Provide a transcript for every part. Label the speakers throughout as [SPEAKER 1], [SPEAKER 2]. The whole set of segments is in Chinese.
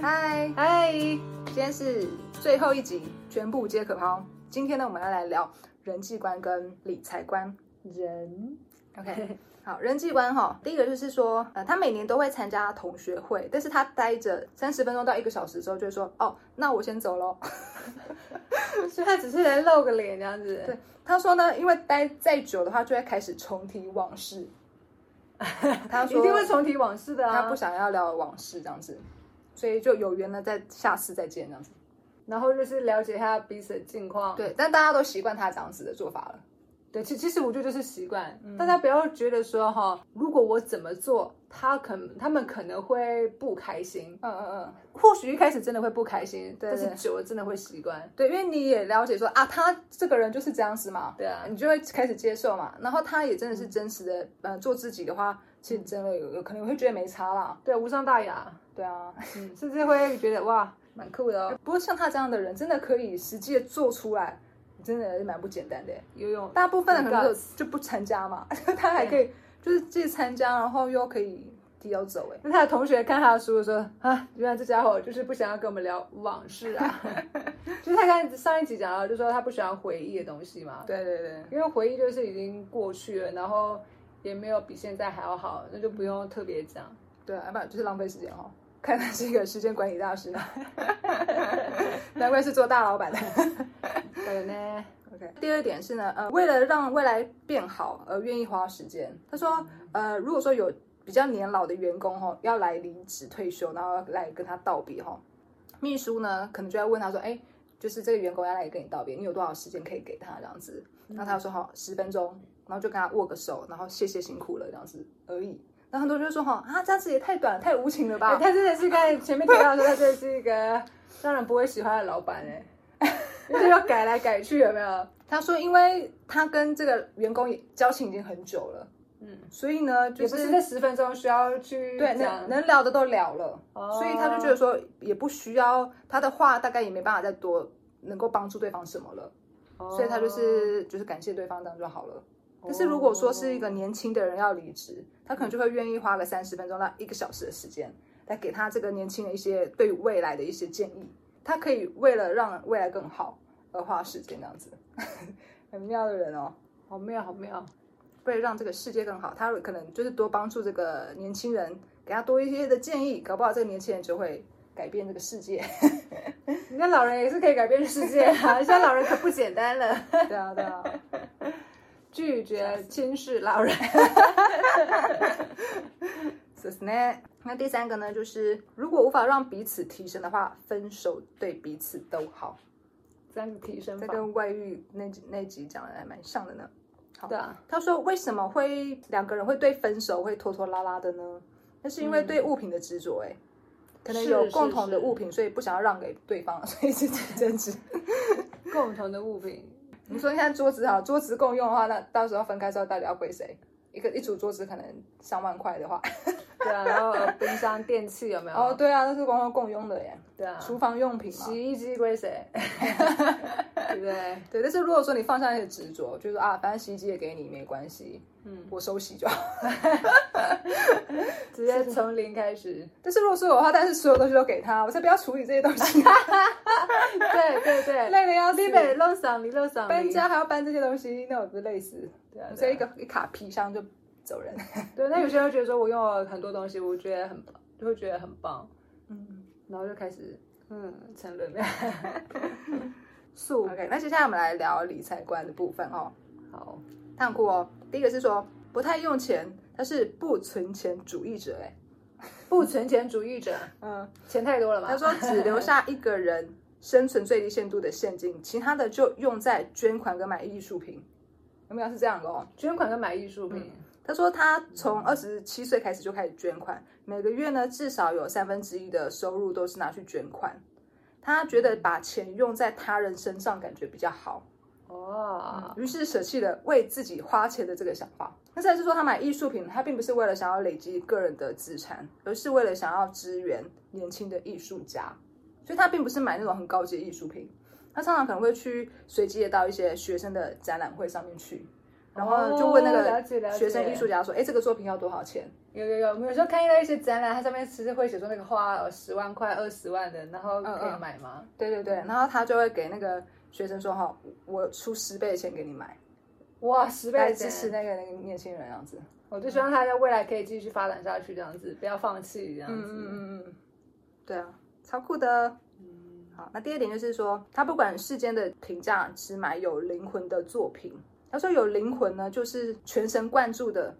[SPEAKER 1] 嗨
[SPEAKER 2] 嗨，今天是最后一集，全部皆可抛。今天呢，我们要来聊人际观跟理财观。
[SPEAKER 1] 人，
[SPEAKER 2] OK，好，人际观哈，第一个就是说，呃，他每年都会参加同学会，但是他待着三十分钟到一个小时之后，就会说，哦，那我先走喽。
[SPEAKER 1] 所以他只是来露个脸这样子。
[SPEAKER 2] 对 他说呢，因为待再久的话，就会开始重提往 事。他说
[SPEAKER 1] 一定会重提往事的
[SPEAKER 2] 他
[SPEAKER 1] 啊
[SPEAKER 2] 不。想要聊往事这样子，所以就有缘了，再下次再见这样子。
[SPEAKER 1] 然后就是了解一下彼此的近况。
[SPEAKER 2] 对，但大家都习惯他这样子的做法了。
[SPEAKER 1] 对，其其实我觉得就是习惯，大家不要觉得说哈，如果我怎么做，他可他们可能会不开心，
[SPEAKER 2] 嗯嗯嗯，
[SPEAKER 1] 或许一开始真的会不开心，
[SPEAKER 2] 对对
[SPEAKER 1] 但是久了真的会习惯。
[SPEAKER 2] 对，因为你也了解说啊，他这个人就是这样子嘛，
[SPEAKER 1] 对啊
[SPEAKER 2] 你就会开始接受嘛。然后他也真的是真实的，呃，做自己的话，其实真的有有可能会觉得没差啦。
[SPEAKER 1] 对，无伤大雅，
[SPEAKER 2] 对啊，
[SPEAKER 1] 嗯，甚至会觉得哇，蛮酷的哦，
[SPEAKER 2] 不过像他这样的人，真的可以实际的做出来，真的是蛮不简单的耶。
[SPEAKER 1] 游泳
[SPEAKER 2] 大部分的可能就
[SPEAKER 1] Guts
[SPEAKER 2] 就不参加嘛， 他还可以就是既参加，然后又可以提要走，哎，
[SPEAKER 1] 那他的同学看他的书说啊，原来这家伙就是不想要跟我们聊往事 啊，就是他刚才上一集讲到，就说他不喜欢回忆的东西嘛，
[SPEAKER 2] 对对对，
[SPEAKER 1] 因为回忆就是已经过去了，然后也没有比现在还要好，那就不用特别讲。
[SPEAKER 2] 对啊，要不然就是浪费时间哦。看来是一个时间管理大师， 难怪是做大老板的。
[SPEAKER 1] 对呢，
[SPEAKER 2] OK，第二点是呢，呃，为了让未来变好而愿意花时间。他说，呃，如果说有比较年老的员工吼、要来离职退休，然后来跟他道别吼、秘书呢可能就要问他说，哎，就是这个员工要来跟你道别，你有多少时间可以给他这样子？
[SPEAKER 1] 嗯
[SPEAKER 2] 然后他说好十分钟，然后就跟他握个手，然后谢谢辛苦了这样子而已。然后很多人就说哈啊，这样子也太短，太无情了吧？
[SPEAKER 1] 哎他真的是刚才前面提到说，他真的是一个让人不会喜欢的老板 哎、因为要改来改去有没有？
[SPEAKER 2] 他说，因为他跟这个员工也交情已经很久了，
[SPEAKER 1] 嗯，
[SPEAKER 2] 所以呢，就
[SPEAKER 1] 也不是那十分钟需要去
[SPEAKER 2] 对
[SPEAKER 1] 讲
[SPEAKER 2] 能，能聊的都聊了，
[SPEAKER 1] 哦
[SPEAKER 2] 所以他就觉得说也不需要他的话，大概也没办法再多能够帮助对方什么了，
[SPEAKER 1] 哦
[SPEAKER 2] 所以他就是就是感谢对方这样就好了。但是如果说是一个年轻的人要离职，他可能就会愿意花个三十分钟到一个小时的时间，来给他这个年轻人一些对未来的一些建议。他可以为了让未来更好而花时间，这样子， 很妙的人哦。
[SPEAKER 1] 好妙好妙。
[SPEAKER 2] 为了让这个世界更好，他可能就是多帮助这个年轻人，给他多一些的建议，搞不好这个年轻人就会改变这个世 界。
[SPEAKER 1] 人家老人也是可以改变世界 啊，现在老人可不简单了。
[SPEAKER 2] 对啊，对啊，
[SPEAKER 1] 拒绝轻视老人，
[SPEAKER 2] 是是呢。那第三个呢，就是如果无法让彼此提升的话，分手对彼此都好。
[SPEAKER 1] 这样子提升
[SPEAKER 2] 这
[SPEAKER 1] 吧。
[SPEAKER 2] 跟外遇那集那集讲的还蛮像的呢。
[SPEAKER 1] 对啊，
[SPEAKER 2] 他说为什么会两个人会对分手会拖拖拉拉的呢？那是因为对物品的执着、欸，可能
[SPEAKER 1] 是
[SPEAKER 2] 有
[SPEAKER 1] 嗯是
[SPEAKER 2] 共同的
[SPEAKER 1] 是
[SPEAKER 2] 物品，所以不想要让给对方， 所以就起争执。
[SPEAKER 1] 共同的物品，
[SPEAKER 2] 你说你看桌子哈，啊桌子共用的话，那到时候分开之后到底要归谁？一个一组桌子可能上万块 的话，
[SPEAKER 1] 对啊，然后呃冰箱、电器有没有？
[SPEAKER 2] 哦，对啊，那是共用共用的耶，
[SPEAKER 1] 对啊，
[SPEAKER 2] 厨房用品嘛。
[SPEAKER 1] 洗衣机归谁？对不对？
[SPEAKER 2] 对，但是如果说你放下那些执着，就是啊，反正洗衣机也给你，没关系，嗯，我手洗就好。
[SPEAKER 1] 直接从零开始。
[SPEAKER 2] 但是如果说有的话，但是所有东西都给他，我才不要处理这些东 西，
[SPEAKER 1] 对对对，
[SPEAKER 2] 累的要死
[SPEAKER 1] 你。 得弄上你弄上
[SPEAKER 2] 搬家还要搬这些东西，那我不是累死？
[SPEAKER 1] 对啊，
[SPEAKER 2] 所以
[SPEAKER 1] 对
[SPEAKER 2] 一个一卡皮箱就走人。
[SPEAKER 1] 啊对，那有些人会觉得说我用了很多东西，我觉得很棒，就会觉得很棒，
[SPEAKER 2] 嗯
[SPEAKER 1] 然后就开始嗯沉沦了。素
[SPEAKER 2] ，OK，那接下来我们来聊理财观的部分哦。
[SPEAKER 1] 好，
[SPEAKER 2] 他很酷哦。第一个是说不太用钱，他是不存钱主义者。哎，
[SPEAKER 1] 不存钱主义者，
[SPEAKER 2] 嗯，
[SPEAKER 1] 钱太多了嘛？
[SPEAKER 2] 他说只留下一个人生存最低限度的现金，其他的就用在捐款跟买艺术品。有没有是这样的哦？
[SPEAKER 1] 捐款跟买艺术品，
[SPEAKER 2] 他说他从二十七岁开始就开始捐款，每个月呢至少有三分之一的收入都是拿去捐款。他觉得把钱用在他人身上感觉比较好，
[SPEAKER 1] 哇，
[SPEAKER 2] 于是舍弃了为自己花钱的这个想法。那再是说，他买艺术品，他并不是为了想要累积个人的资产，而是为了想要支援年轻的艺术家，所以他并不是买那种很高级的艺术品。他常常可能会去随机的到一些学生的展览会上面去，然后就问那
[SPEAKER 1] 哦了
[SPEAKER 2] 个
[SPEAKER 1] 解了解
[SPEAKER 2] 学生艺术家说，哎，这个作品要多少钱？
[SPEAKER 1] 有有有，我们有时候看到一些展览，它上面其实会写说那个花呃十万块、二十万的，然后可以买吗？
[SPEAKER 2] 对对对，然后他就会给那个学生说，哈，我出十倍的钱给你买，
[SPEAKER 1] 哇，十倍
[SPEAKER 2] 来
[SPEAKER 1] 的
[SPEAKER 2] 支持
[SPEAKER 1] 钱！
[SPEAKER 2] 那个那个年轻人这样子。
[SPEAKER 1] 我就希望它在未来可以继续发展下去，这样子不要放弃，这样
[SPEAKER 2] 嗯
[SPEAKER 1] 子。
[SPEAKER 2] 嗯嗯嗯，对啊，超酷的。好，那第二点就是说，他不管世间的评价，只买有灵魂的作品。他说有灵魂呢，就是全神贯注的，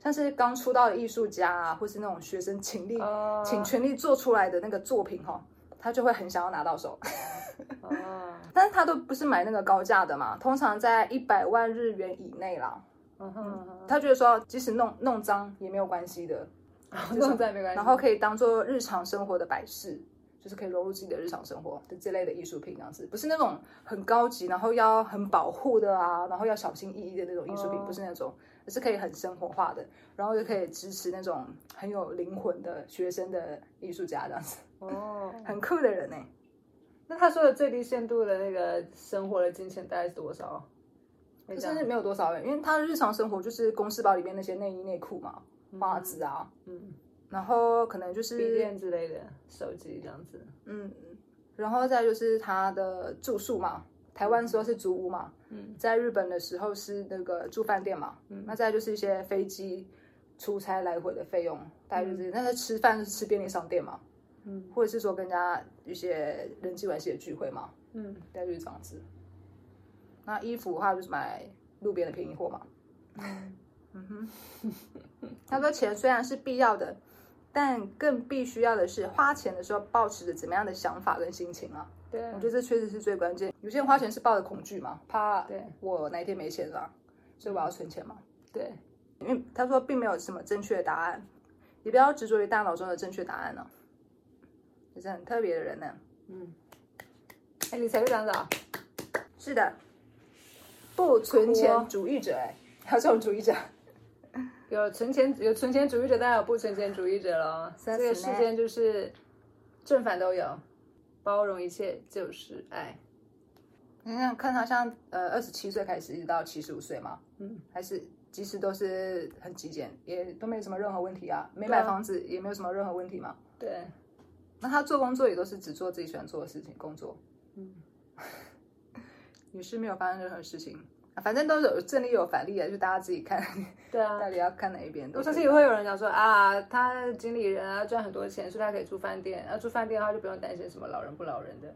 [SPEAKER 2] 像是刚出道的艺术家啊，或是那种学生倾力、
[SPEAKER 1] 哦
[SPEAKER 2] 请全力做出来的那个作品哈、他就会很想要拿到手。
[SPEAKER 1] 哦，
[SPEAKER 2] 但是他都不是买那个高价的嘛，通常在一百万日元以内啦。
[SPEAKER 1] 嗯哼嗯哼
[SPEAKER 2] 他觉得说，即使弄弄脏也没有关系的，
[SPEAKER 1] 这种再没关系。
[SPEAKER 2] 然后可以当做日常生活的摆饰，就是可以融入自己的日常生活的这类的艺术品，这样子不是那种很高级，然后要很保护的啊，然后要小心翼翼的那种艺术品，
[SPEAKER 1] 哦
[SPEAKER 2] 不是那种，而是可以很生活化的，然后就可以支持那种很有灵魂的学生的艺术家这样子，
[SPEAKER 1] 哦，
[SPEAKER 2] 很酷的人呢、欸
[SPEAKER 1] 那他说的最低限度的那个生活的金钱大概是多少？可以
[SPEAKER 2] 可
[SPEAKER 1] 这样
[SPEAKER 2] 是没有多少人，因为他的日常生活就是公司包里面那些内衣内裤嘛、袜子啊，
[SPEAKER 1] 嗯，
[SPEAKER 2] 然后可能就
[SPEAKER 1] 笔
[SPEAKER 2] 是
[SPEAKER 1] 电之类的，手机这样子。
[SPEAKER 2] 嗯，然后再就是他的住宿嘛，台湾说是租屋嘛，
[SPEAKER 1] 嗯，
[SPEAKER 2] 在日本的时候是那个住饭店嘛，嗯，那再就是一些飞机出差来回的费用，大概就是、那他吃饭是吃便利商店嘛，
[SPEAKER 1] 嗯，
[SPEAKER 2] 或者是说跟人家一些人际关系的聚会嘛，
[SPEAKER 1] 嗯，
[SPEAKER 2] 大概就是这样子。那衣服的话就是买路边的便宜货嘛， 嗯哼， 他说钱虽然是必要的，但更必须要的是花钱的时候保持着怎么样的想法跟心情啊。
[SPEAKER 1] 对
[SPEAKER 2] 我觉得这确实是最关键。有些人花钱是抱着恐惧嘛，怕
[SPEAKER 1] 对
[SPEAKER 2] 我哪一天没钱了，所以我要存钱嘛。
[SPEAKER 1] 对，
[SPEAKER 2] 因为他说并没有什么正确的答案，也不要执着于大脑中的正确答案呢、哦也是很特别的人呢、
[SPEAKER 1] 哎，理财就这样子啊？
[SPEAKER 2] 是的，不存
[SPEAKER 1] 酷哦
[SPEAKER 2] 钱主义者、哎， 还有这种主义者，
[SPEAKER 1] 有存钱有存钱主义者，当然有不存钱主义者了。
[SPEAKER 2] 三
[SPEAKER 1] 这
[SPEAKER 2] 十
[SPEAKER 1] 个
[SPEAKER 2] 呢
[SPEAKER 1] 世间就是正反都有，包容一切就是爱。
[SPEAKER 2] 你想看他像呃二十七岁开始一直到七十五岁嘛，
[SPEAKER 1] 嗯，
[SPEAKER 2] 还是即使都是很极简，也都没有什么任何问题啊，没
[SPEAKER 1] 对啊
[SPEAKER 2] 买房子也没有什么任何问题嘛。
[SPEAKER 1] 对，
[SPEAKER 2] 那他做工作也都是只做自己喜欢做的事情，工作，
[SPEAKER 1] 嗯，
[SPEAKER 2] 也是没有发生任何事情。啊反正都有正例有反例啊，就大家自己看，
[SPEAKER 1] 对 啊。
[SPEAKER 2] 到底要看哪一边都
[SPEAKER 1] 我
[SPEAKER 2] 可
[SPEAKER 1] 相
[SPEAKER 2] 以。
[SPEAKER 1] 信也会有人讲说啊，他经理人啊赚很多钱，所以他可以住饭店，然后住饭店的话就不用担心什么老人不老人的。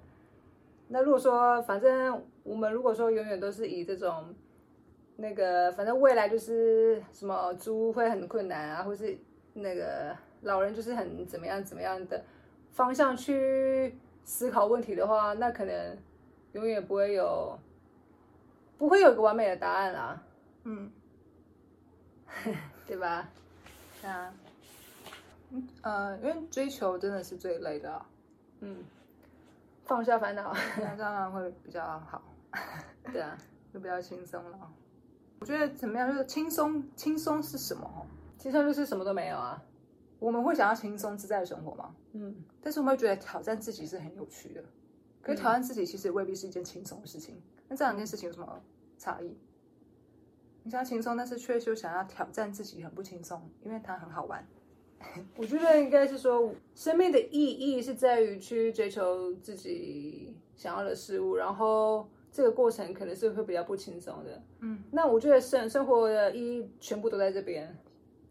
[SPEAKER 1] 那如果说，反正我们如果说永远都是以这种那个，反正未来就是什么租会很困难啊，或是那个老人就是很怎么样怎么样的方向去思考问题的话，那可能永远不会有不会有个完美的答案啊，
[SPEAKER 2] 嗯，
[SPEAKER 1] 对吧？
[SPEAKER 2] 对啊，嗯呃，因为追求真的是最累的、啊，
[SPEAKER 1] 嗯，放下烦恼。
[SPEAKER 2] 那当然会比较好，
[SPEAKER 1] 对啊，
[SPEAKER 2] 就比较轻松了啊。我觉得怎么样，就是轻松，轻松是什么？哦
[SPEAKER 1] 其实就是什么都没有啊。
[SPEAKER 2] 我们会想要轻松自在的生活吗？
[SPEAKER 1] 嗯，
[SPEAKER 2] 但是我们会觉得挑战自己是很有趣的，可是挑战自己其实未必是一件轻松的事情。那这两件事情有什么差异？你想要轻松，但是却又想要挑战自己，很不轻松，因为它很好玩。
[SPEAKER 1] 我觉得应该是说，生命的意义是在于去追求自己想要的事物，然后这个过程可能是会比较不轻松的。
[SPEAKER 2] 嗯，
[SPEAKER 1] 那我觉得生生活的意义全部都在这边。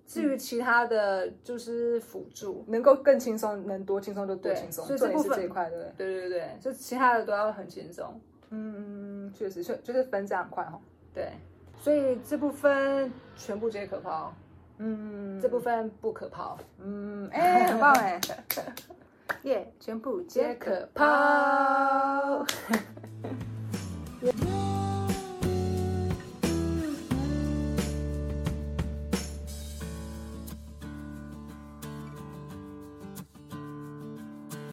[SPEAKER 1] 至于其他的，就是辅助。
[SPEAKER 2] 能够更轻松，能多轻松就多
[SPEAKER 1] 对
[SPEAKER 2] 轻松。
[SPEAKER 1] 所以
[SPEAKER 2] 重
[SPEAKER 1] 这
[SPEAKER 2] 点
[SPEAKER 1] 部
[SPEAKER 2] 是
[SPEAKER 1] 分
[SPEAKER 2] 这一块，对不对？
[SPEAKER 1] 对对对，就其他的都要很轻松。
[SPEAKER 2] 嗯，确实，确就是分这两块哦哈。
[SPEAKER 1] 对，所以这部分全部皆可抛，
[SPEAKER 2] 嗯，
[SPEAKER 1] 这部分不可抛。
[SPEAKER 2] 嗯，哎、很棒哎、 耶、全部皆
[SPEAKER 1] 皆
[SPEAKER 2] 可
[SPEAKER 1] 可
[SPEAKER 2] 抛。
[SPEAKER 1] 抛。